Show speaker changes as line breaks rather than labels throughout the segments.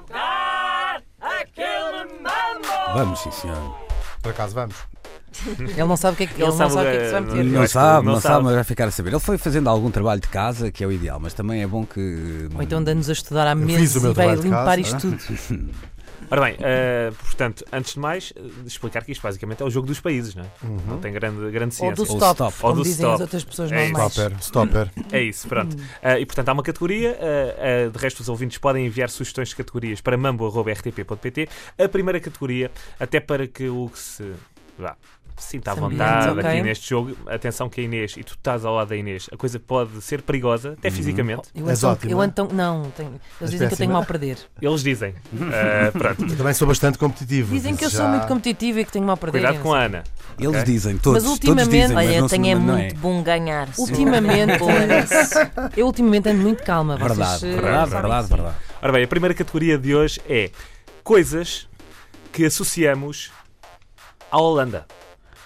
jogar aquele mambo.
Vamos, sim, senhor.
Por acaso vamos.
Ele não sabe o que é que, ele
Ele
não
sabe
sabe o que, é
o
que se vai
que-
meter.
Eu
Não
acho que
sabe,
não
não sabe,
sabe.
mas vai ficar a saber. Ele foi fazendo algum trabalho de casa, que é o ideal, mas também é bom que.
Ou então anda-nos a estudar à
fiz
mesa
o meu
e vai
trabalho de
limpar
casa,
isto
não
tudo.
Ora bem, eh, portanto, antes de mais, eh, explicar que isto basicamente é o jogo dos países, não é?
Uhum.
Não tem grande, grande
Hum? Ou
ciência.
do
Ou
stop,
stop.
como
Ou do
dizem Hum. as
stop.
outras pessoas
É isso.
normais.
Stopper, stopper.
É isso, pronto. Ah, e portanto há uma categoria, ah, ah, de resto os ouvintes podem enviar sugestões de categorias para mambo.rtp.pt. A primeira categoria, até para que o que se. Vá. se Sinta à
Se ambiente,
vontade
ok.
aqui neste jogo. Atenção que a Inês, e tu estás ao lado da Inês, a coisa pode ser perigosa, até fisicamente.
Eu
És
então,
ótimo,
eu
não é?
então, não, tenho- eles
És
dizem que eu tenho
péssima.
mal a perder.
Eles dizem. Ah, pronto.
Eu também sou bastante competitivo.
Dizem que eu
isso
sou
já-
muito competitivo e que tenho mal a perder.
Cuidado com a Ana.
Eles
Ok.
dizem, todos,
Mas
todos dizem,
ultimamente-
mas
Olha,
não
eu
se-
tenho é
não
muito bom ganhar. sim.
Ultimamente-
Foda-se.
Eu ultimamente ando muito calma. vocês,
é? Verdade,
eh,
verdade,
sabem
verdade,
que sim.
verdade.
Ora bem, a primeira categoria de hoje é coisas que associamos à Holanda.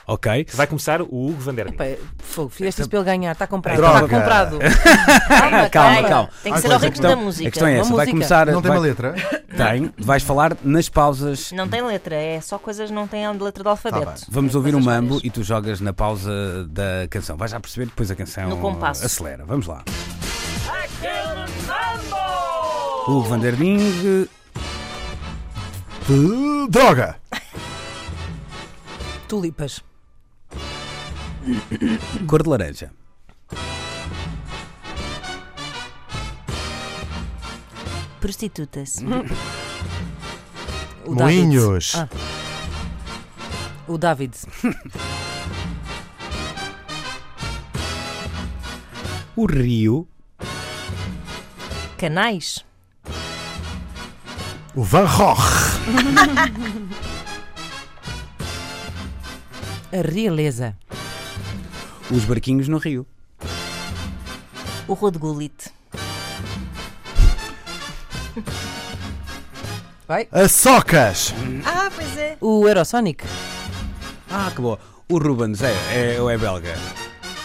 Ok.
Vai começar o Hugo Van Der Ding.
Epá, fogo, fizeste isso para ele ganhar, está comprado.
Droga.
Está comprado.
Calma,
Ah, Calma, calma. Então,
Tem
Ah,
que ser
pois,
ao
a
ritmo da música.
a questão é
Uma
essa, vai
música.
começar.
Não tem
vai,
uma letra?
Tem, vais falar nas pausas.
Não tem letra, é só coisas que não têm letra de alfabeto.
Vamos
É
ouvir um
coisas
mambo
várias.
e tu jogas na pausa da canção. Vais já perceber, depois a canção
No compasso.
acelera. Vamos lá.
Aquele mambo!
Hugo Van der Ding,
Uh, Droga!
Tulipas.
cor de laranja.
Prostituta-se.
Uhum.
O David.
Moinhos.
Ah. O David.
O rio,
Canais.
O Van Gogh.
A realeza.
os barquinhos no rio.
O Rodgulite.
Vai.
A Socas.
Ah, pois é.
O Eurosonic.
Ah, que boa. O Rubens é, é, é belga.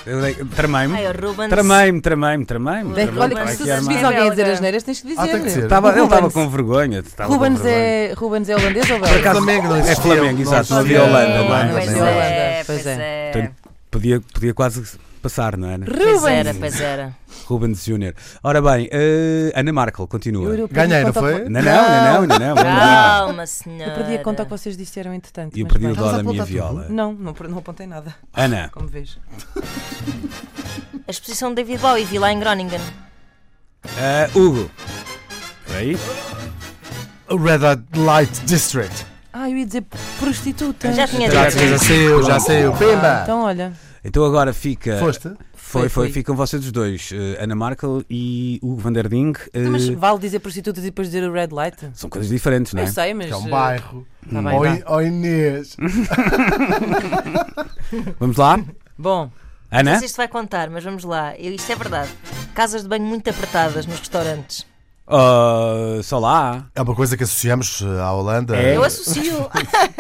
Eu dei- Tramei-me.
Ai, o Rubens.
Tramei-me, tramei-me, tramei-me.
Bem,
tramei-me,
Olha,
vai
se,
aqui
que
se
armar.
diz
armado.
alguém a dizer
Belga.
as neiras, tens de dizer.
Ah, tem que ser.
Tava- ele
Rubens.
estava com vergonha. tava com
Rubens,
vergonha.
é, Rubens é holandês ou belga?
acaso-
Flamengo não
É
existia,
Flamengo,
não
exato. Não
existia.
havia Holanda.
É,
não é?
pois
Não
Pois
havia Holanda.
é,
Holanda, pois
pois é.
Portanto, Podia, podia quase passar, não era?
Pois
Rubens.
era, pois era.
Rubens Júnior. Ora bem, eh, Ana Markel,
Eu-
continua.
eu perdi
Ganhei,
a
não
conta ao-
foi?
Não, não, não, não, não. não, vamos lá.
Calma, senhora.
Eu perdi a conta ao que vocês disseram, entretanto.
E eu
mas
perdi o É.
bem.
dó da
Estás a
minha
apontar
viola.
Não, não, não apontei nada,
Ana,
como vês.
A exposição de David Bowie vi lá em Groningen.
eh, Hugo. Peraí.
O Red Light District.
Ah, eu ia dizer prostituta.
Já tinha
Já
dito.
saiu, já saiu.
Ah,
Pimba!
então olha,
Então agora fica.
Foste?
Foi,
Foi,
foi,
fui.
Ficam vocês os dois, eh, Ana Markel e Hugo Van der Ding. eh,
Então, mas vale dizer prostitutas e depois dizer o red light?
São coisas diferentes, não é?
Eu sei, mas.
Que é um
eh,
bairro.
tá bem,
Ó
vá.
In- ó Inês.
Vamos lá?
Bom,
Não
Ana?
sei se isto vai contar, mas vamos lá. Eu- isto é verdade. Casas de banho muito apertadas nos restaurantes.
Ah, só lá.
É uma coisa que associamos eh, à Holanda.
É.
Eu associo.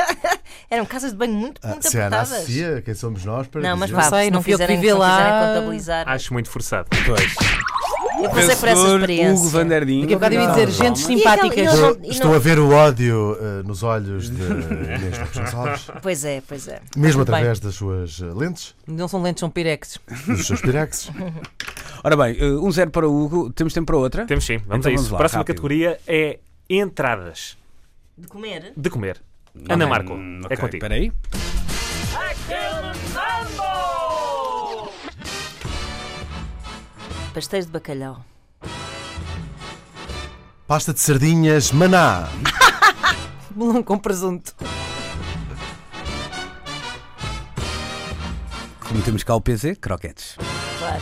Eram casas de banho muito,
Ah,
muito
Se a Ana
apertadas.
assim,
associa, quem somos nós para
Não, mas
dizer?
vá,
sei,
se
não
não
fui eu que
fizerem,
vivi
se não
lá.
fizerem contabilizar.
Acho muito forçado.
Pois.
eu passei por essa
Vencedor,
experiência.
Hugo Van der Ding.
daqui a bocado eu ia
Não,
dizer
não,
gentes
mas-
E aquela- e
então,
simpáticas.
não- e não-
Estou a ver o ódio eh, nos olhos de Inês Lopes Gonçalves,
Pois é, pois é.
mesmo
Tudo bem.
através das suas eh, lentes,
Não são lentes, são pirexes.
dos seus pirexes.
Ora bem, eh, um zero para o Hugo, temos tempo para outra?
Temos sim, vamos
Então
a isso.
vamos lá,
Próxima
rápido.
categoria é entradas
De comer?
de comer. Ana
Ok,
Marco,
Hum, ok,
é contigo.
Peraí.
Pastéis de bacalhau.
Pasta de sardinhas, maná.
Bolão com presunto.
Como temos cá o PZ, croquetes.
Claro.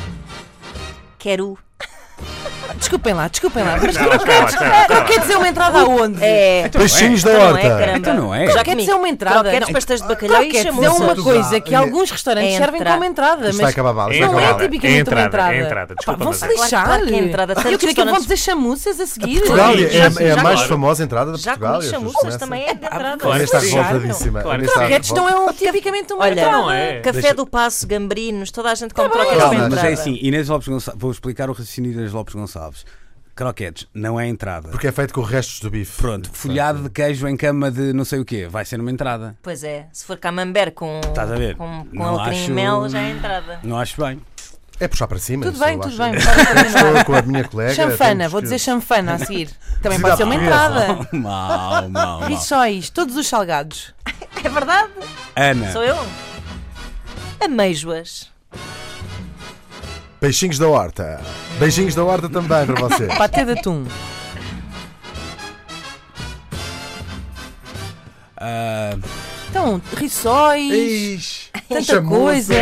Quero.
Desculpem lá, desculpem lá. Mas
Não, espera lá, espera lá, espera lá.
quer dizer uma entrada aonde?
É.
Peixinhos da
Então não é,
horta.
caramba.
Então não é.
Já
Croquetes
comi.
é uma entrada.
Croquetes,
Não.
pastéis de bacalhau e
Croquetes é
chamuços.
uma
Isso
coisa
dá.
que alguns restaurantes
É
servem
entrar-
como entrada,
Isto vai
mas
acabar mal. isto
Não
vai
não
acabar
é
mal.
É
tipicamente uma
entrada,
entrada.
é entrada,
Pá,
desculpa,
Vão-se
mas é.
lixar.
Claro, claro que é entrada, tantos
Eu queria que
restaurantes-
vamos a chamuças a seguir.
Portugal é,
Já-
é- é a
já-
mais
claro.
famosa entrada de
Já
Portugal.
comi
eu
chamuças
acho
também
Ah,
é de entrada.
que
Claro.
Inês está
Sim, claro.
revoltadíssima.
Claro.
Inês está
Croquetes não é um- tipicamente uma
Olha,
entrada.
Não é.
Café
Então Deixa-
do Passo, Gambrinos, toda a gente compra
bem.
croquetes
Calma,
para
Mas assim.
entrar.
é assim, Inês Lopes Gonçalves, vou explicar o raciocínio de Inês Lopes Gonçalves. Croquetes, não é entrada.
Porque é feito com restos do bife.
Pronto, folhado de queijo em cama de não sei o quê, vai ser uma entrada.
Pois é, se for camembert com,
Estás a ver?
com, com
Não
alecrim
acho-
e mel, já é entrada.
Não acho bem.
É puxar para cima.
Tudo
isso
bem,
eu
tudo
acho.
bem. bora continuar.
Estou com a minha colega.
é. Chanfana,
temos
vou
que-
dizer chanfana a seguir. Também
Cidade
pode ser uma
portuguesa.
entrada.
Mal, mal, mal.
Rissóis, todos os salgados.
É verdade?
Ana,
Sou eu? Ameijoas.
Peixinhos da horta. Beijinhos da horta também para você.
Patê de atum.
ah,
Então, rissóis,
Ixi,
tanta
chamuça.
coisa.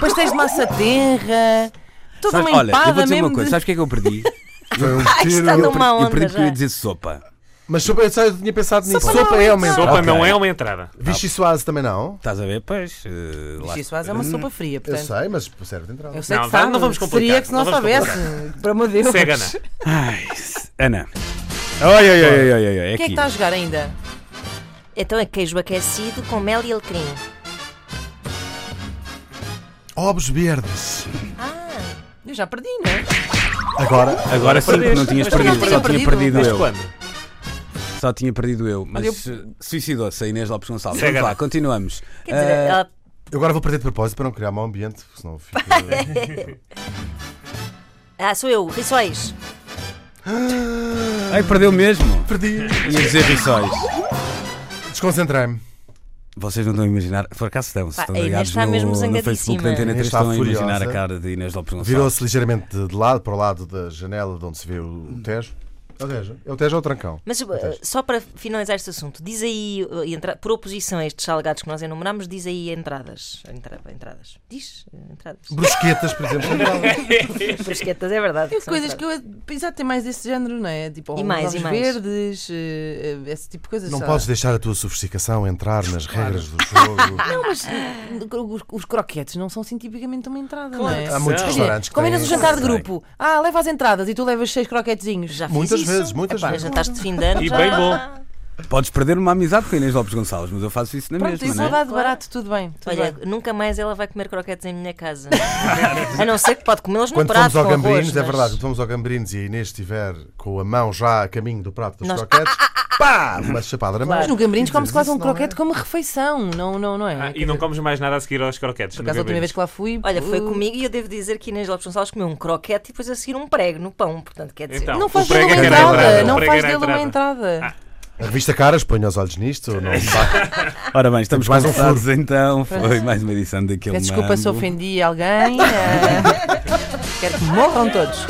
Pastéis de massa terra. Toda
sabes-
uma
olha, eu vou
empada
dizer uma
mesmo.
coisa,
de-
sabes o que é que eu perdi?
Foi um
Ai,
tiro.
está numa
eu
onda
perdi que eu
já.
ia dizer sopa.
Mas sopa, eu, sei, eu tinha pensado nisso.
Sopa não
Sopa
é
é uma
entrada.
Sopa
entrada.
não é uma entrada.
Vichy Soase também não.
Estás a ver? Pois. eh, lá-
Isto isso faz é uma sopa fria,
Eu
portanto.
sei, mas serve de entrada.
Eu sei
Não,
que
vá-
sabe.
não vamos complicar,
Seria que se não,
não vamos
soubesse. Por amor de Deus.
Cega, Ana.
Quem é
Ai, Ana. Ai, ai, ai, ai, ai, ai, é
é que
aqui.
está a jogar ainda?
Então é queijo aquecido com mel e alecrim.
Ovos verdes.
Eu já perdi, não é?
Agora,
Agora sim, porque não tinhas
Mas
perdido,
tinha
só tinha
perdido.
perdido
Desde
eu.
quando?
Só tinha perdido eu, mas eh, suicidou-se a Inês Lopes Gonçalves.
Cega,
Vamos lá,
não.
continuamos.
Quer dizer, ah,
Eh,
ela-
eu agora vou perder de propósito para não criar mau ambiente, porque senão fico.
ah, sou eu, rissóis.
Ai, perdeu mesmo.
Perdi.
Ia dizer rissóis.
Desconcentrei-me.
Vocês não estão a imaginar, por acaso estão, se
Pá,
estão
a Inês
ligados
está
no,
mesmo
no
zangadíssima.
Facebook da Antena 3,
Inês está
estão a imaginar
furiosa.
a cara de Inês Lopes Gonçalves.
Virou-se ligeiramente de, de lado para o lado da janela de onde se vê o o Tejo. É o Tejo. É o Tejo ou o Trancão?
Mas uh, só para finalizar este assunto, diz aí, uh, entra- por oposição a estes salgados que nós enumerámos, diz aí entradas. Entra- entradas. Diz? uh, Entradas.
Brusquetas, por exemplo, são entradas.
Brusquetas, é verdade.
Tem
são
coisas que
entradas.
eu. Exato, tem mais desse género, não é? Tipo,
E mais,
ovos
e mais.
verdes, eh, eh, esse tipo de coisas.
Não
só.
podes deixar a tua sofisticação entrar nas regras do jogo.
Não, mas eh, os, os croquetes não são assim tipicamente uma entrada, não é?
Há muitos
Não.
restaurantes que
Combinas um
têm- é?
jantar de
Sei.
grupo. Ah, leva as entradas e tu levas seis croquetezinhos.
Já fiz
Muitas
isso.
vezes, muitas
Epá,
vezes.
jantares de fim de ano
E
já-
bem bom.
Ah,
Podes perder uma amizade com a Inês Lopes Gonçalves, mas eu faço isso na
Pronto,
mesma,
e
não é?
saudade
Claro.
barato, tudo bem. Tudo
Olha,
bem.
nunca mais ela vai comer croquetes em minha casa. a não ser que pode comê-los no
Quando
prato
fomos ao
com arroz,
Gambrinos, é
mas-
verdade, quando fomos ao Gambrinos e a Inês estiver com a mão já a caminho do prato dos
Nós-
croquetes, pá! Uma chapada na mão.
Mas no Gambrinos
Quer dizer,
come-se quase
isso
um
não é-
croquete como refeição, não, não, não é?
Ah,
Quer
e não
dizer,
comes mais nada a seguir aos croquetes.
Por acaso, a
nunca
última vez
vês.
que lá fui.
Olha, foi
uh,
comigo e eu devo dizer que Inês Lopes Gonçalves comeu um croquete e depois a seguir um prego no pão. Portanto, quer dizer,
Então.
Não
O
faz dele uma
prego é que
era
entrada,
entrada,
não
o prego
faz
era
dele uma
Ah.
entrada.
A revista Caras, ponha os olhos nisto. Não...
Ora bem, estamos
Mais um
cansados então. Foi mais uma edição daquele
Peço desculpa se
mambo.
ofendi alguém. eh, Quero que morram todos.